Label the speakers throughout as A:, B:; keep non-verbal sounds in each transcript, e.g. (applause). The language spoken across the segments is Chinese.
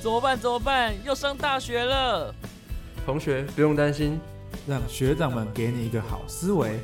A: 怎么办？怎么办？要上大学了！
B: 同学不用担心，
C: 让学长们给你一个好思维。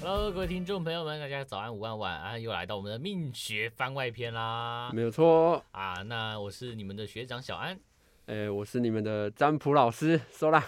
A: Hello，各位听众朋友们，大家早安、午安、晚安，又来到我们的命学番外篇啦！
B: 没有错。
A: 啊，那我是你们的学长小安。
B: 哎、我是你们的占卜老师，收啦。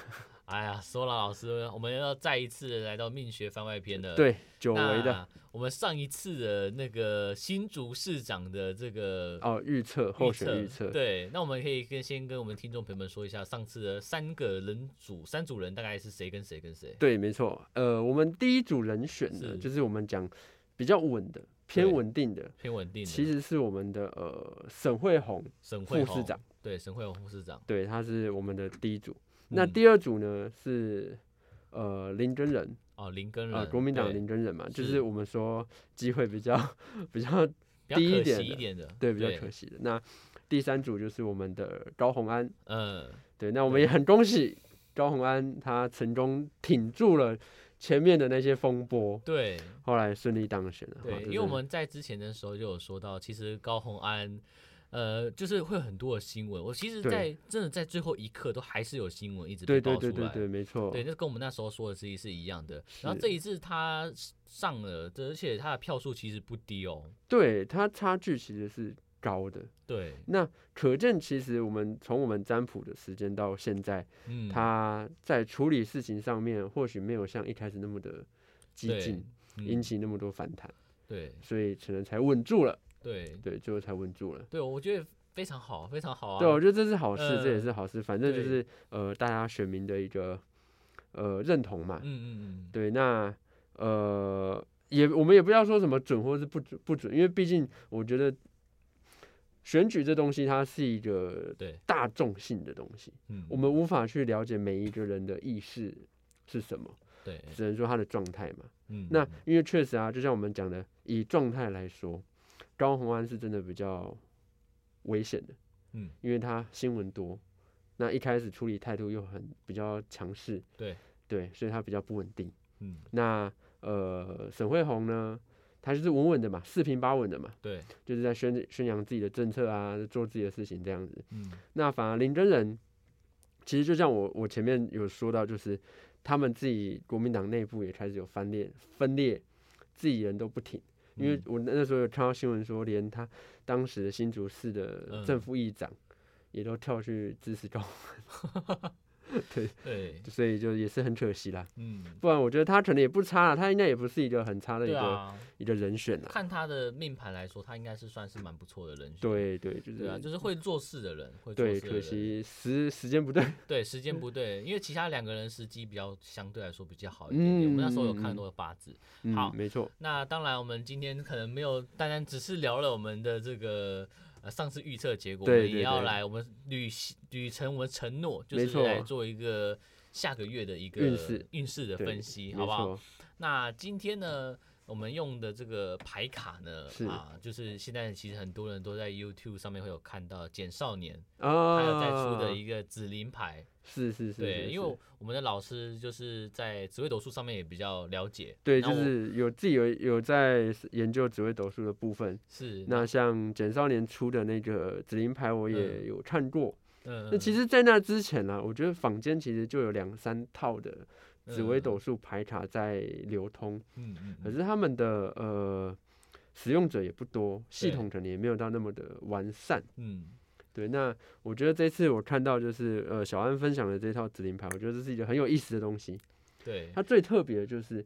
A: 哎呀，说了老师，我们要再一次来到命学番外篇了。，
B: 对，久违的。
A: 我们上一次的那个新竹市长的这个
B: 哦，预测候选预
A: 预
B: 测，
A: 对，那我们可以跟先跟我们听众朋友们说一下，上次的三个人组三组人大概是谁跟谁跟谁？
B: 对，没错。呃，我们第一组人选呢，
A: 是
B: 就是我们讲比较稳的、偏
A: 对
B: 稳定的，
A: 偏稳定的，
B: 其实是我们的呃沈惠红
A: 沈惠
B: 副
A: 宏
B: 市长，，
A: 对，沈惠宏副市长。
B: 对，他是我们的第一组。那
A: 嗯
B: 第二组呢是呃林根仁，
A: 哦，林根人，
B: 呃国民党
A: 对
B: 林根仁嘛，就是是我们说机会比较 (laughs) 比较
A: 比较
B: 低一
A: 可
B: 点
A: 惜一
B: 的
A: 点的，
B: 对，比较可惜的。那第三组就是我们的高红安，
A: 嗯，
B: 对，那我们也很恭喜高红安，他成功挺住了前面的那些风波，
A: 对
B: 后来顺利当选了。哇
A: 对，因
B: 真
A: 为我
B: 的
A: 们在之前的时候就有说到，其实高虹安。呃，就是会有很多的新闻，我其实
B: 对
A: 在，真的在最后一刻都还是有新闻一直被
B: 对
A: 爆
B: 对
A: 出来。
B: 对对对，没错，
A: 对，那跟我们那时候说的是是一样的。然后
B: 是
A: 这一次他上了，而且他的票数其实不低哦。
B: 对他差距其实是高的。
A: 对，
B: 那可见，其实我们从我们占卜的时间到现在，
A: 嗯，
B: 他在处理事情上面或许没有像一开始那么的激
A: 对
B: 进，
A: 嗯
B: 引起那么多反弹，
A: 对
B: 所以可能才稳住了。
A: 对
B: 对，最后才稳住了。
A: 对，我觉得非常好，非常好啊。
B: 对，哦我觉得这是好事，这也
A: 呃
B: 是好事。反正就
A: 对
B: 是呃，大家选民的一个呃认同嘛。
A: 嗯嗯嗯，
B: 对，那呃也我们也不要说什么准或是不准不准，因为毕竟我觉得选举这东西它是一个
A: 对，
B: 大众性的东西，
A: 嗯，
B: 我们无法去了解每一个人的意识是什么，
A: 对，
B: 只能说他的状态嘛。
A: 嗯，
B: 那
A: 嗯
B: 因为确实啊，就像我们讲的，以状态来说，高洪安是真的比较危险的，
A: 嗯，
B: 因为他新闻多，那一开始处理态度又很比较强势，
A: 对
B: 对，所以他比较不稳定。
A: 嗯
B: 那呃，沈惠宏呢，他就是稳稳的嘛，四平八稳的嘛，
A: 对，
B: 就是在宣宣扬自己的政策啊，做自己的事情这样子。
A: 嗯
B: 那反而林真人，其实就像我我前面有说到，就是他们自己国民党内部也开始有分裂，分裂，自己人都不挺。因为
A: 嗯
B: 我那那时候有看到新闻说，连他当时的新竹市的
A: 嗯
B: 正副议长也都跳去支持高，
A: 对，
B: (laughs) 所以就也是很可惜啦。
A: 嗯，
B: 不然我觉得他可能也不差啦，他应该也不是一个很差的一
A: 对
B: 个、
A: 啊，
B: 一个人选啦。
A: 看他的命盘来说，他应该是算是蛮不错的人选。。
B: 对对，就是
A: 对啊，就是会做事的人，会做
B: 对，
A: 事的
B: 可
A: 人。
B: 惜时时间不对。
A: 对，时间不对，因为其他两个人时机比较相对来说比较好一点点。我们那时候有看
B: 嗯嗯嗯
A: 很多的八字，
B: 嗯
A: 好，
B: 没错，
A: 那当然，我们今天可能没有单单只是聊了我们的这个呃上次预测结果，
B: 对
A: 我们
B: 对
A: 也要
B: 对
A: 来我们履行履承我们承诺，就
B: 没
A: 是
B: 错
A: 来做一个下个月的一个
B: 运势
A: 运势的
B: 对
A: 分析，
B: 没
A: 好不好？
B: 错，
A: 那今天呢，我们用的这个牌卡呢
B: 是，
A: 啊，就是现在其实很多人都在 YouTube 上面会有看到简少年
B: 啊，
A: 他有在出的一个紫灵牌，
B: 是是是，
A: 对，
B: 是
A: 因为
B: 是
A: 我们的老师就是在紫微斗数上面也比较了解，
B: 对，
A: 那
B: 就
A: 我
B: 是有自己有有在研究紫微斗数的部分。
A: 是
B: 那像简少年出的那个紫灵牌，我也
A: 嗯
B: 有看过。
A: 嗯，
B: 那其
A: 实
B: 实，在那之前呢、我觉得坊间其实就有两三套的紫微斗，数牌卡在流通，
A: 嗯嗯
B: 可
A: 嗯，
B: 是他们的呃使用者也不多，系
A: 对
B: 统可能也没有到那么的完善。
A: 嗯，
B: 对，那我觉得这次我看到就是呃小安分享的这套紫灵牌，我觉得这是一个很有意思的东西。
A: 对，
B: 它最特别的就是，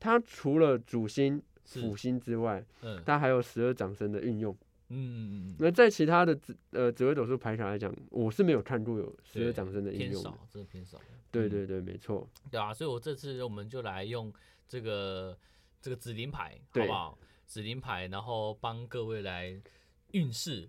B: 它除了主星、
A: 是
B: 辅星之外，
A: 嗯
B: 它还有十二长生的运用。
A: 嗯嗯嗯
B: 那在其他的紫呃紫微斗数牌卡来讲，我是没有看过有十二
A: 对
B: 长生的
A: 嗯，
B: 应
A: 偏
B: 用的。
A: 少，真的偏少，
B: 对
A: 嗯
B: 对对，没错，
A: 对啊，所以我这次我们就来用这个这个紫灵牌，好
B: 对
A: 不好？紫灵牌，然后帮各位来运势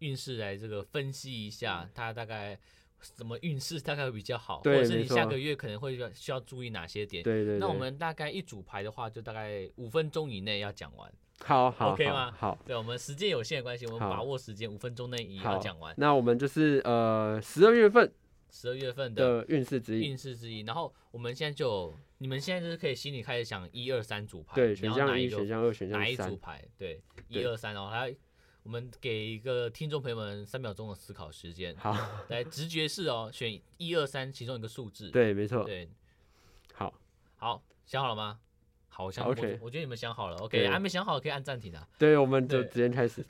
A: 运势来这个分析一下，它大概怎么运势大概会比较好，或
B: 嗯对
A: 者是
B: 没
A: 你下
B: 错
A: 个月可能会需要需要注意哪些点。
B: 对对对。
A: 那我们大概一组牌的话，就大概五分钟以内要讲完。
B: 好好
A: OK
B: 好
A: 吗
B: 好，
A: 对，我们时间有限的关系，我们
B: 好
A: 把握时间，五分钟内也
B: 好
A: 要讲完
B: 那我们就是呃十二月份
A: 十二月份的
B: 的运势指引。
A: 运势之一。然后我们现在就有，你们现在就是可以心里开始想一二三组牌，
B: 对，
A: 你
B: 选
A: 要
B: 项
A: 哪
B: 一、
A: 个
B: 选项二、选项
A: 哪一
B: 三
A: 组，牌？对，一
B: 对
A: 二三，然后还要哦我们给一个听众朋友们三秒钟的思考时
B: (laughs)
A: 间，
B: 好，
A: 来直觉式哦，选一二三其中一个数字。
B: 对，没错，
A: 对，
B: 好，
A: 好，想好了吗？好，我想
B: OK
A: 我我觉得你们想好了，OK，
B: 对
A: 还没想好可以按暂停啊。
B: 对，我们就
A: 对
B: 直接开始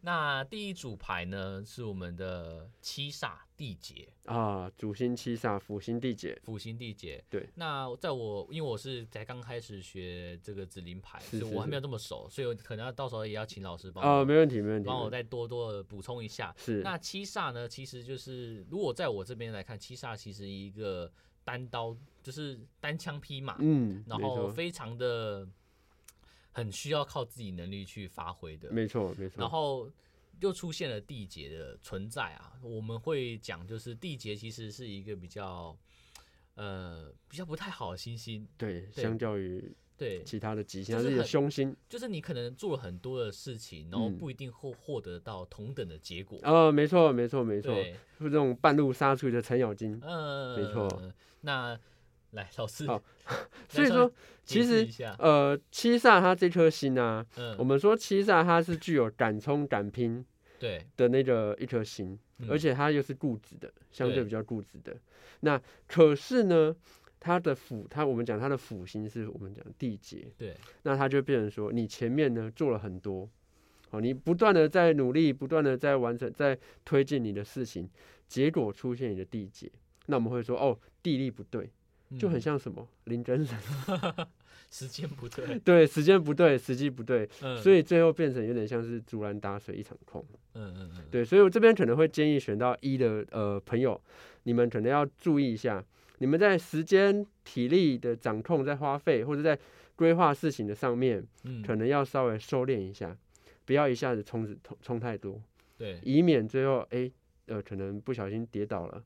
A: 那第一组牌呢是我们的七煞地劫，
B: 啊，主星七煞，辅星地劫，
A: 辅星地劫。
B: 对，
A: 那在我因为我是才刚开始学这个紫灵牌，
B: 是
A: 所以
B: 是
A: 我还
B: 是
A: 没有这么熟，所以我可能要到时候也要请老师帮
B: 啊，
A: 我
B: 没问题，没问题，
A: 帮我再多多的补充一下。
B: 是
A: 那七煞呢，其实就是如果在我这边来看，七煞其实一个单刀，就是单枪匹马，
B: 嗯，
A: 然
B: 没
A: 后
B: 错，
A: 非常的很需要靠自己能力去发挥的。
B: 没错，没错，
A: 然后又出现了地劫的存在啊。我们会讲，就是地劫其实是一个比较，呃，比较不太好的星星。
B: 对，
A: 对
B: 相较于
A: 对，
B: 其他的吉星，
A: 就
B: 它
A: 是
B: 是一个
A: 很
B: 凶星，
A: 就是你可能做了很多的事情，然后
B: 嗯
A: 不一定获获得到同等的结果。
B: 呃，没错，没错，没错，
A: 对，
B: 是这种半路杀出的程咬金，
A: 呃，
B: 嗯啊没错。
A: 那来，老师， (laughs)
B: 好
A: 来
B: 所以
A: 稍
B: 说
A: 微解
B: 其
A: 释
B: 实
A: 一下，
B: 呃，七煞它这颗星啊，
A: 嗯，
B: 我们说七煞它是具有敢冲敢拼
A: 对，
B: 的那个一颗星，
A: 嗯
B: 而且它又是固执的，相对
A: 对
B: 比较固执的。那可是呢，它的辅，它我们讲它的辅星是我们讲地劫，
A: 对，
B: 那它就变成说，你前面呢做了很多，哦，你不断的在努力，不断的在完成，在推进你的事情，结果出现你的地劫，那我们会说，哦，地利不对，就很
A: 嗯
B: 像什么林真人， (laughs)
A: 时间不对，
B: 对，时间不对，时机不对，
A: 嗯，
B: 所
A: 以，
B: 以最后变成有点像是竹篮打水一场空。
A: 嗯嗯嗯，
B: 对，所以我这边可能会建议选到一的呃朋友，你们可能要注意一下，你们在时间、体力的掌控、在花费或者在规划事情的上面，
A: 嗯，
B: 可能要稍微收敛一下，不要一下子冲子冲冲太多，
A: 对，
B: 以免最后诶呃可能不小心跌倒了，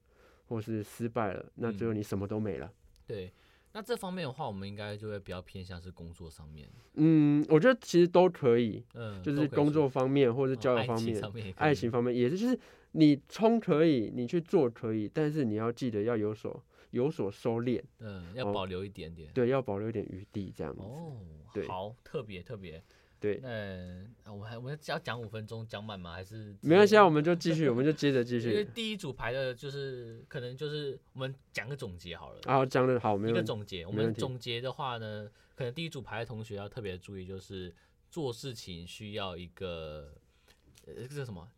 B: 或是失败了，那
A: 嗯
B: 最后你什么都没了。
A: 对。那这方面的话，我们应该就会比较偏向是工作上面，
B: 嗯，我觉得其实都可以，
A: 嗯，
B: 就
A: 都
B: 是
A: 可以
B: 工
A: 说
B: 作方面或是
A: 哦
B: 交
A: 爱
B: 友方
A: 情
B: 面，
A: 上面也可
B: 爱
A: 以
B: 情方面也是，就是你冲可以，你去做可以，但是你要记得要有所有所收敛，
A: 嗯，要
B: 哦
A: 保留一点点。
B: 对，要保留一点余地这样子。
A: 哦，
B: 对
A: 好，特别特别。
B: 对，
A: 嗯，啊我还我要要讲五分钟，讲满吗？还是
B: 没关系啊，我
A: 们
B: 们就继续，我们就接着继
A: (laughs) 因为
B: 续。
A: 第一组排的就是可能就是我们讲个总结好了，
B: 啊，讲的好，没
A: 一个
B: 问题。
A: 总结。我
B: 没
A: 们
B: 问题
A: 总结的话呢，可能第一组排的同学要特别注意，就是做事情需要一个呃这个什么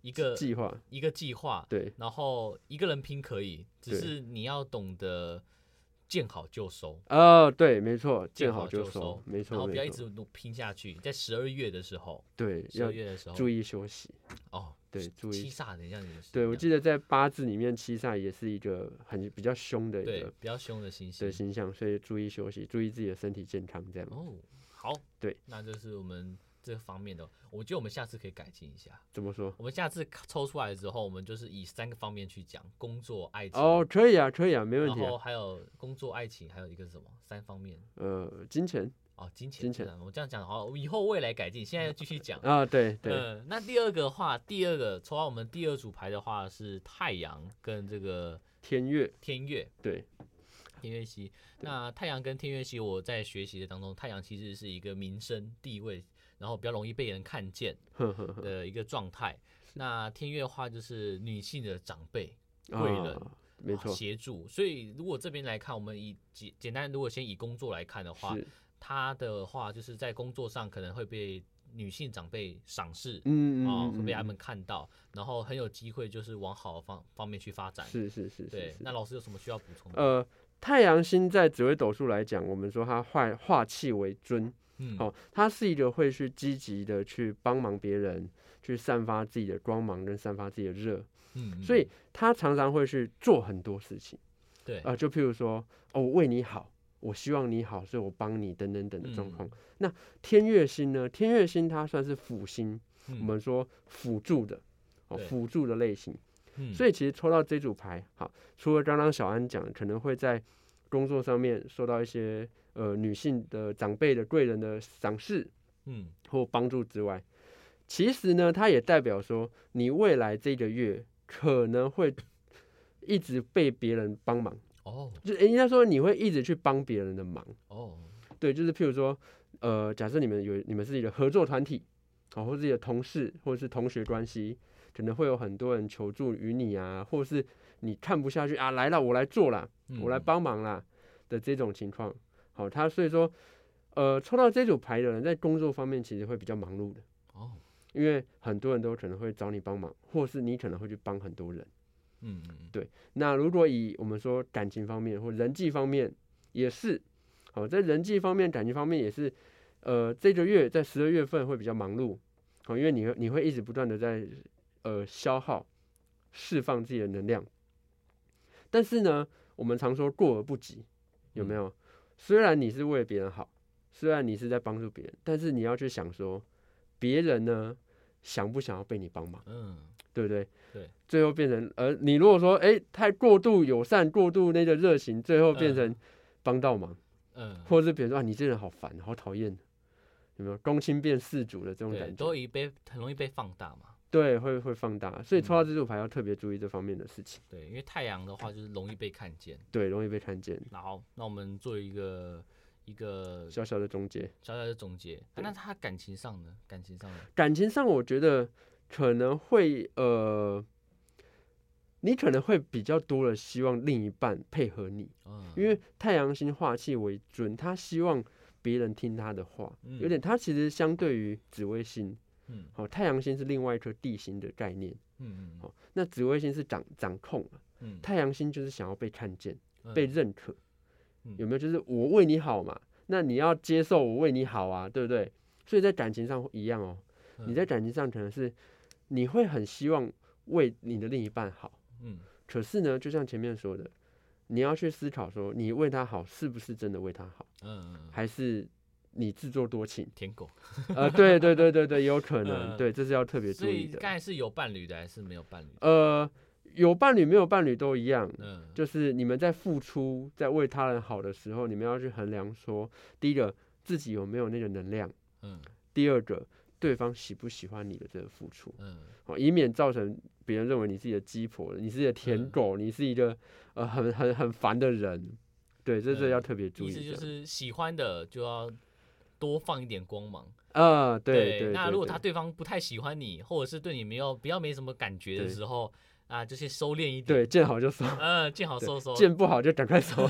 A: 一个
B: 计划，
A: 一个计划，
B: 对，
A: 然后一个人拼可以，只
B: 对
A: 是你要懂得见好就收。
B: 呃，对，没错，
A: 见
B: 见
A: 好
B: 好
A: 就
B: 就
A: 收
B: 收，没
A: 然后
B: 错，
A: 不要
B: 没
A: 一
B: 错，
A: 直努拼下去。在十二月的时候，
B: 对，
A: 十
B: 要
A: 二月的时候，
B: 注
A: 意
B: 意休息，
A: 哦，
B: 对，注
A: 七
B: 意。
A: 煞，等一下你们是
B: 对，
A: 一
B: 我
A: 样
B: 记得在八字里面，七煞也是一个很比较凶的一
A: 对
B: 个
A: 比较凶的星星
B: 的。形象，所以注意休息，注意自己的身体健康，这样。
A: 哦，好，
B: 对，
A: 那就是我们这方面的，我觉得我们下次可以改进一下。
B: 怎么说？
A: 我们下次抽出来之后，我们就是以三个方面去讲：工作、爱情，
B: 哦，可以啊，可以啊，没问
A: 然
B: 题啊。
A: 后还有工作、爱情，还有一个是什么？三方面
B: 呃，金钱
A: 哦，金钱。
B: 金钱
A: 对啊我这样讲好，以后未来改进，现在继续讲。
B: 啊，对对，
A: 嗯，那第二个的话，第二个抽到我们第二组牌的话是太阳跟这个
B: 天月，
A: 天月，
B: 对，
A: 天月系。
B: 对
A: 那太阳跟天月系，我在学习的当中，太阳其实是一个民生地位，然后比较容易被人看见
B: 呵呵呵，
A: 的一个状态。那天月的话就是女性的长辈贵人
B: 啊，没错，
A: 协助，所以如果这边来看，我们以简简单，如果先以工作来看的话，
B: 是，
A: 她的话就是在工作上可能会被女性长辈赏识，
B: 嗯嗯
A: 哦，
B: 嗯
A: 会
B: 嗯，
A: 被他
B: 嗯
A: 们看到，然后很有机会就是往好的方方面去发展。
B: 是是是是
A: 对，那
B: 是，
A: 老师有什么需要补充的？
B: 呃。太阳星在紫微斗数来讲，我们说它化化气为尊，
A: 嗯，
B: 哦，它是一个会去积极的去帮忙别人，去散发自己的光芒跟散发自己的热，
A: 嗯，嗯，
B: 所以他常常会去做很多事情，
A: 对，
B: 啊，就譬如说，哦，我为你好，我希望你好，所以我帮你等等等的
A: 嗯
B: 状况。那天月星呢？天月星它算是辅星，
A: 嗯
B: 我们说辅助的，哦，
A: 对
B: 辅助的类型。
A: 嗯
B: 所以其实抽到这组牌，好，除了刚刚小安讲的，可能会在工作上面受到一些呃女性的长辈的贵人的赏识
A: 嗯，
B: 或帮助之外，其实呢，它也代表说你未来这个月可能会一直被别人帮忙。
A: 哦
B: 就诶应该说你会一直去帮别人的忙，
A: 哦，
B: 对，就是譬如说，呃，假设你们有你们是一个合作团体，好、或自己的同事或者是同学关系，可能会有很多人求助于你啊，或是你看不下去啊，来了我来做啦，我来
A: 嗯
B: 帮忙啦的这种情况。好，他所以说，呃，抽到这组牌的人在工作方面其实会比较忙碌的，
A: 哦，
B: 因为很多人都可能会找你帮忙，或是你可能会去帮很多人。
A: 嗯嗯
B: 那如果以我们说感情方面或人际方面也是，好，在人际方面、感情方面也是，呃，这个月在十二月份会比较忙碌，好，因为你会你会一直不断的在呃消耗、释放自己的能量，但是呢，我们常说过而不及，有没有？虽然你是为别人好，虽然你是在帮助别人，但是你要去想说，别人呢想不想要被你帮忙？
A: 嗯
B: 对不对？
A: 对，
B: 最后变成呃，你如果说哎、太过度友善、过度那个热情，最后变成帮倒忙，
A: 嗯嗯，
B: 或者是别人说啊，你这人好烦，好讨厌，有没有公亲变世主的这种
A: 对，
B: 感
A: 都
B: 觉？
A: 易被很容易被放大嘛。
B: 对，会会放大，所以抽到
A: 嗯
B: 这组牌要特别注意这方面的事情，
A: 对，因为太阳的话就是容易被看见。
B: 对，容易被看见。
A: 然后，那我们做一个一个
B: 小小的总结，
A: 小小的总结、啊
B: 对
A: 那他感情上呢？感情上呢？
B: 感情上我觉得可能会呃，你可能会比较多的希望另一半配合你，
A: 嗯，
B: 因为太阳星化气为尊，他希望别人听他的话，
A: 嗯
B: 有点他其实相对于紫微星，
A: 嗯
B: 好、太阳星是另外一颗地星的概念，
A: 嗯
B: 好、那紫微星是掌掌控啊，
A: 嗯
B: 太阳星就是想要被看见、
A: 嗯，
B: 被认可
A: 嗯，
B: 有没有？就是我为你好嘛，那你要接受我为你好啊，对不对？所以在感情上一样哦，
A: 嗯
B: 你在感情上可能是你会很希望为你的另一半好，
A: 嗯
B: 可是呢，就像前面说的，你要去思考说，你为他好是不是真的为他好，
A: 嗯嗯嗯？
B: 还是你自作多情
A: 舔狗，
B: 呃，对对对对对，有可能，
A: 嗯
B: 对，这是要特别注
A: 所
B: 意
A: 以刚
B: 的。
A: 才是有伴侣的还是没有伴侣的？
B: 呃，有伴侣没有伴侣都一样，
A: 嗯，
B: 就是你们在付出、在为他人好的时候，你们要去衡量说，第一个自己有没有那个能量，
A: 嗯
B: 第二个对方喜不喜欢你的这个付出。
A: 嗯
B: 哦，以免造成别人认为你是一个鸡婆，你是一个舔
A: 嗯
B: 狗，你是一个呃很很很烦的人。对，这这要
A: 嗯
B: 特别注
A: 意
B: 意
A: 思
B: 的。
A: 就是喜欢的就要多放一点光芒。
B: 啊，对对。
A: 那如果
B: 对
A: 他对方不太喜欢你，或者是对你没有比较没什么感觉的
B: 对
A: 时候，啊，就先收敛一点。
B: 对见好就收，
A: 嗯，见好
B: 对
A: 收收。
B: 见不好就赶
A: (laughs)
B: 快收。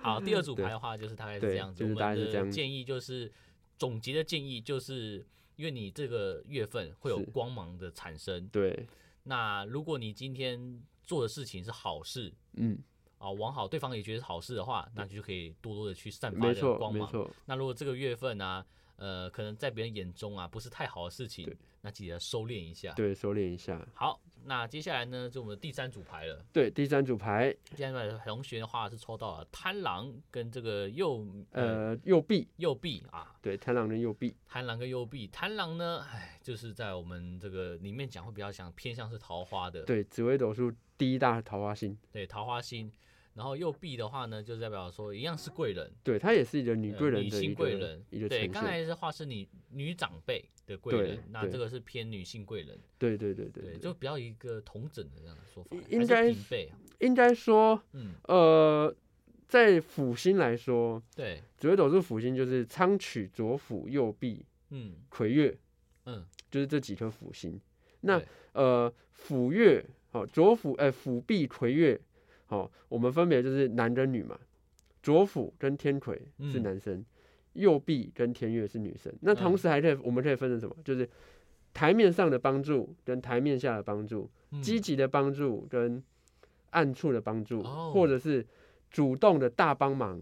A: 好，第二组
B: (laughs) 对
A: 牌的话就是大概是
B: 对
A: 这样子，
B: 就是
A: 我
B: 大概
A: 们
B: 是这样
A: 的
B: 子
A: 建议就是总结的建议就是，因为你这个月份会有
B: 是
A: 光芒的产生，
B: 对，
A: 那如果你今天做的事情是好事
B: 嗯，
A: 啊，往好对方也觉得是好事的话，那就可以多多的去散发
B: 嗯没
A: 这个
B: 错
A: 光
B: 没
A: 芒。
B: 错，
A: 那如果这个月份呢、呃，可能在别人眼中啊不是太好的事情
B: 对，
A: 那记得收敛一下。
B: 对，收敛一下。
A: 好，那接下来呢，就我们的第三组牌了。
B: 对，第三组牌，
A: 第三组牌的同学的话是抽到了贪狼跟这个右呃
B: 呃，右臂，
A: 右臂啊，
B: 对，贪狼跟右臂，
A: 贪狼跟右臂。贪狼呢，哎，就是在我们这个里面讲会比较像偏向是桃花的，
B: 对，紫微斗数第一大桃花星，
A: 对桃花星。然后右臂的话呢，就代表说一样是贵人，
B: 对，她也是一个女
A: 呃
B: 贵人
A: 女
B: 的一
A: 性贵
B: 个
A: 人
B: 一个
A: 对，
B: 呈
A: 刚
B: 现。
A: 才的话是女女长辈的贵
B: 对
A: 人，那
B: 对
A: 这个是偏女性贵人，
B: 对对对对
A: 对，
B: 对，
A: 就比较一个同整的这样的说法，
B: 应
A: 还
B: 应
A: 是
B: 该
A: 平辈啊，
B: 应该说，
A: 嗯，
B: 呃，在辅星来说，
A: 对，
B: 紫微斗数辅星就是仓曲、左辅、右弼、
A: 嗯
B: 魁月，
A: 嗯
B: 就是这几颗辅星。那
A: 对
B: 呃，辅月哦，左辅呃辅弼魁月，哦，我们分别就是男跟女嘛。左辅跟天魁是
A: 嗯
B: 男生，右弼跟天月是女生。那同
A: 嗯
B: 时还可以，我们可以分成什么？就是台面上的帮助跟台面下的帮助，
A: 嗯，
B: 积极的帮助跟暗处的帮助，
A: 哦
B: 或者是主动的大帮忙，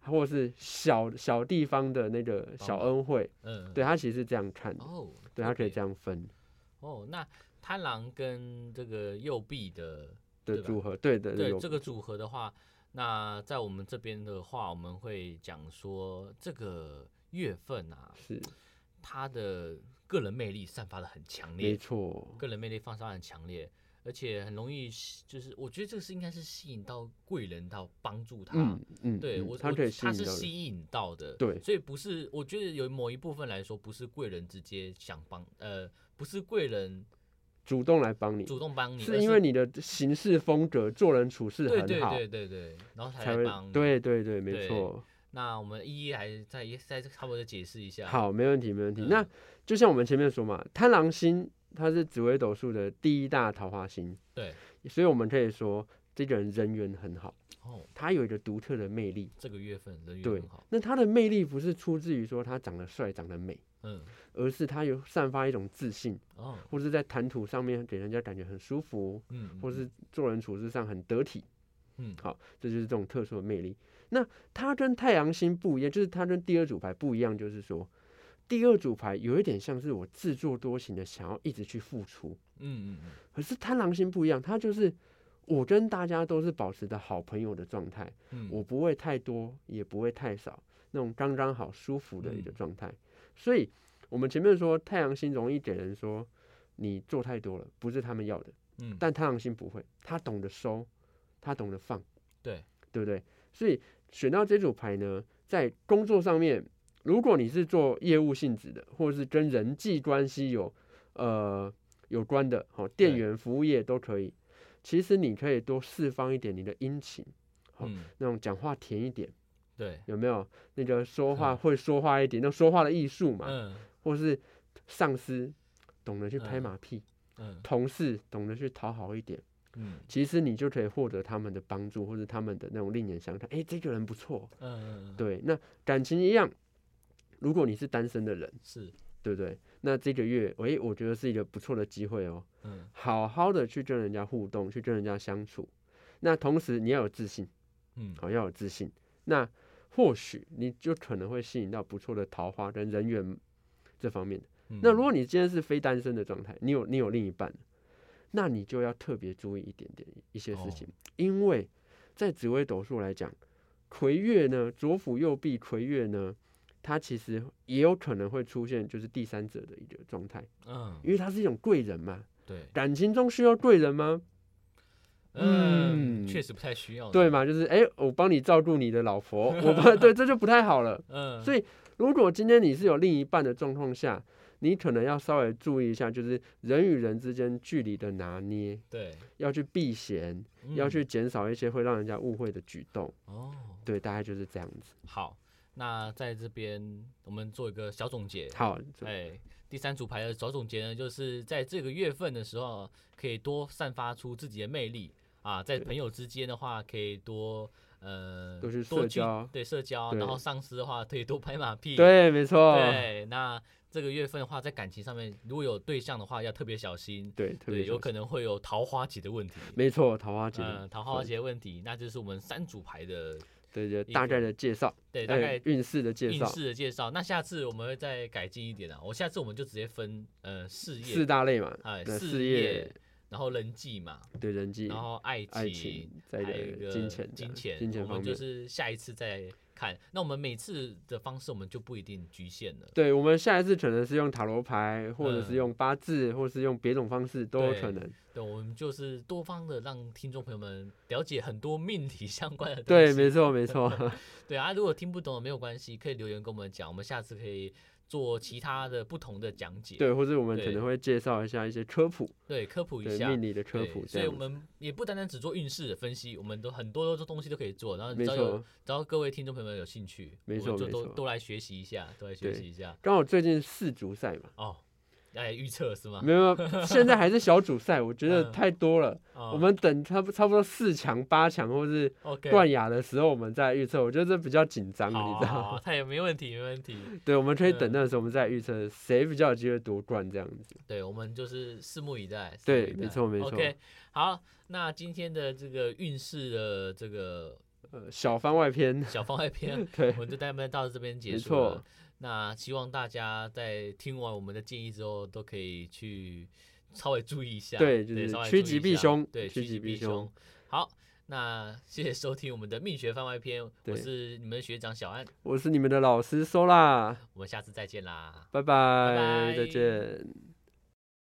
B: 或者是小小地方的那个小
A: 帮忙
B: 恩惠，
A: 嗯，
B: 对他其实是这样看的，
A: 哦，
B: 对他可以
A: 样。
B: 这样分
A: 哦，那贪狼跟这个右臂的
B: 的
A: 对吧
B: 组合，对的，
A: 对
B: 有
A: 这个组合的话，那在我们这边的话，我们会讲说这个月份啊，
B: 是
A: 他的个人魅力散发的很强
B: 没
A: 烈，
B: 错，
A: 个人魅力放发得很强烈，而且很容易吸就是我觉得这个是应该是吸引到贵人到帮助他。
B: 嗯嗯，
A: 对
B: 嗯
A: 我，
B: 他
A: 我
B: 可以吸
A: 他
B: 引
A: 是
B: 到人，
A: 吸引到的，
B: 对
A: 所以不是，我觉得有某一部分来说，不是贵人直接想帮，呃，不是贵人
B: 主动来帮你，
A: 主动帮你，而
B: 是因为你的行事风格、做人处事
A: 对
B: 很
A: 对
B: 好，
A: 对对对，然后才
B: 才
A: 来
B: 会
A: 帮你。
B: 对对对，没
A: 对
B: 错，
A: 那我们一一来再再差不多再解释一下。，
B: 好，没问题，没问题。
A: 嗯
B: 那就像我们前面说嘛，贪狼星它是紫微斗数的第一大桃花星，
A: 对，
B: 所以我们可以说这个人人缘很好，
A: 哦，
B: 他有一个独特的魅力。
A: 这个月份人缘
B: 对
A: 很好，，
B: 那他的魅力不是出自于说他长得帅、长得美，
A: 嗯，
B: 而是他有散发一种自信，
A: 哦，
B: 或是在谈吐上面给人家感觉很舒服，
A: 嗯，
B: 或是做人处事上很得体。
A: 嗯
B: 好，这就是这种特殊的魅力。那它跟太阳星不一样，就是它跟第二组牌不一样，就是说第二组牌有一点像是我自作多情的想要一直去付出，
A: 嗯嗯嗯，
B: 可是贪狼星不一样，它就是我跟大家都是保持的好朋友的状态，
A: 嗯，
B: 我不会太多，也不会太少，那种刚刚好舒服的一个
A: 嗯
B: 状态。所以我们前面说太阳星容易给人说你做太多了，不是他们要的。
A: 嗯，
B: 但太阳星不会，他懂得收，他懂得放，
A: 对
B: 对不对？所以选到这组牌呢，在工作上面，如果你是做业务性质的，或者是跟人际关系有呃有关的，好、店
A: 对
B: 员、服务业都可以。其实你可以多释放一点你的殷勤，好
A: 嗯，
B: 那种讲话甜一点，
A: 对，
B: 有没有？那个说话
A: 嗯
B: 会说话一点，那说话的艺术嘛，
A: 嗯
B: 或是上司懂得去拍
A: 嗯
B: 马屁，
A: 嗯
B: 同事懂得去讨好一点。
A: 嗯
B: 其实你就可以获得他们的帮助，或者他们的那种另眼相看。诶，这个人不错，
A: 嗯嗯，，
B: 对。那感情一样，如果你是单身的人，
A: 是，
B: 对不对？那这个月，诶，我觉得是一个不错的机会哦，
A: 嗯
B: 好好的去跟人家互动，去跟人家相处。那同时你要有自信，
A: 嗯
B: 好、要有自信。那或许你就可能会吸引到不错的桃花跟人缘这方面的。
A: 嗯，
B: 那如果你今天是非单身的状态，你有你有另一半，那你就要特别注意一点点一些事情，因为在紫微斗数来讲，魁月呢，左辅右弼魁月呢，它其实也有可能会出现就是第三者的一个状态，
A: 嗯
B: 因为它是一种贵人嘛，
A: 对，
B: 感情中需要贵人吗？
A: 嗯，
B: 嗯
A: 确实不太需要，
B: 对，嘛，就是哎、我帮你照顾你的老婆，我帮 (laughs) 对，这就不太好了。
A: 嗯，
B: 所以如果今天你是有另一半的状况下，你可能要稍微注意一下，就是人与人之间距离的拿捏，
A: 对，
B: 要去避嫌，要
A: 嗯
B: 去减少一些会让人家误会的举动。
A: 哦，
B: 对，大概就是这样子。
A: 好，那在这边我们做一个小总结，
B: 好，就
A: 哎，第三组牌的小总结呢，就是在这个月份的时候，可以多散发出自己的魅力啊，在
B: 对
A: 朋友之间的话，可以多呃
B: 多去
A: 多
B: 社
A: 聚
B: 交
A: 对社交，
B: 对
A: 然后上司的话可以多拍马屁，
B: 对，没错，
A: 对那这个月份的话，在感情上面如果有对象的话，要特别小心，
B: 对，特别
A: 对，有
B: 小心
A: 可能会有桃花劫的问题。
B: 没错，桃花节，
A: 嗯，桃花劫问题，那就是我们三组牌的
B: 对对，
A: 个
B: 大概的介绍，
A: 对大
B: 哎
A: 概
B: 运势的介
A: 运
B: 绍，
A: 势的介绍。那下次我们会再改进一点啊，我下次我们就直接分呃事业
B: 四大类嘛，
A: 哎，
B: 那
A: 事
B: 业
A: 业，然后人际嘛，
B: 对人际
A: 然、后爱情，
B: 爱情，再
A: 还有一
B: 个
A: 个
B: 金钱的，
A: 金钱，
B: 金钱
A: 我
B: 方
A: 们
B: 面
A: 就。是下一次再看。那我们每次的方式，我们就不一定局限了。
B: 对，我们下一次可能是用塔罗牌，或者是
A: 嗯
B: 用八字，或是用别种方式都有
A: 对
B: 可能。
A: 对，我们就是多方的让听众朋友们了解很多命理相关的东
B: 对，
A: 西。
B: 没错，没错。
A: 对啊，如果听不懂的没有关系，可以留言跟我们讲，我们下次可以做其他的不同的讲解。
B: (laughs) 对，或者我们可
A: 对
B: 能会介绍一下一些科普，
A: 对科普一
B: 对
A: 下。
B: 命理的科
A: 对
B: 普这
A: 所以我
B: 样子。
A: 们也不单单只做运势的分析，我们都很多东西都可以做。然后
B: 没
A: 只要有
B: 错，
A: 只要各位听众朋友们有兴趣，
B: 没
A: 我们
B: 错
A: 就
B: 没
A: 都
B: 错
A: 都来学习一下，都来学
B: 对
A: 习一下
B: 刚好最近世足赛嘛，
A: 哦。来预测是吗？
B: 没有，
A: (laughs)
B: 没有现在还是小组赛，我觉得
A: 啊嗯
B: 太多了。
A: 哦
B: 我们等差不差不多四强、八强或是
A: OK，
B: 冠亚的时候，我们再预测。我觉得这比较紧张，
A: 好
B: 你知
A: 好
B: 道
A: 好
B: 吗？
A: 他也没问题，没问题。
B: 对，我们可以
A: 嗯
B: 等那个时候，我们再预测谁比较有机会夺冠这样子。
A: 对，我们就是拭目以待。拭
B: 对
A: 目以
B: 没
A: 待
B: 错没错
A: OK，好，那今天的这个运势的这个
B: 呃，小番外篇，，
A: 小方外篇
B: (laughs) 对
A: 我，们就大概到这边结
B: 没
A: 束
B: 错
A: 了。那希望大家在听完我们的建议之后，都可以去稍微注意一下，
B: 对就是
A: 稍微
B: 趋
A: 注意
B: 吉
A: 一
B: 避
A: 下
B: 凶
A: 对，
B: 趋
A: 趋
B: 吉
A: 吉
B: 避
A: 避
B: 凶
A: 凶。好，那谢谢收听我们的命学番外篇，我
B: 对
A: 是你们的学长小安，
B: 我是你们的老师收啦，
A: 我们下次再见啦。
B: 拜拜，
A: 拜拜
B: 再见。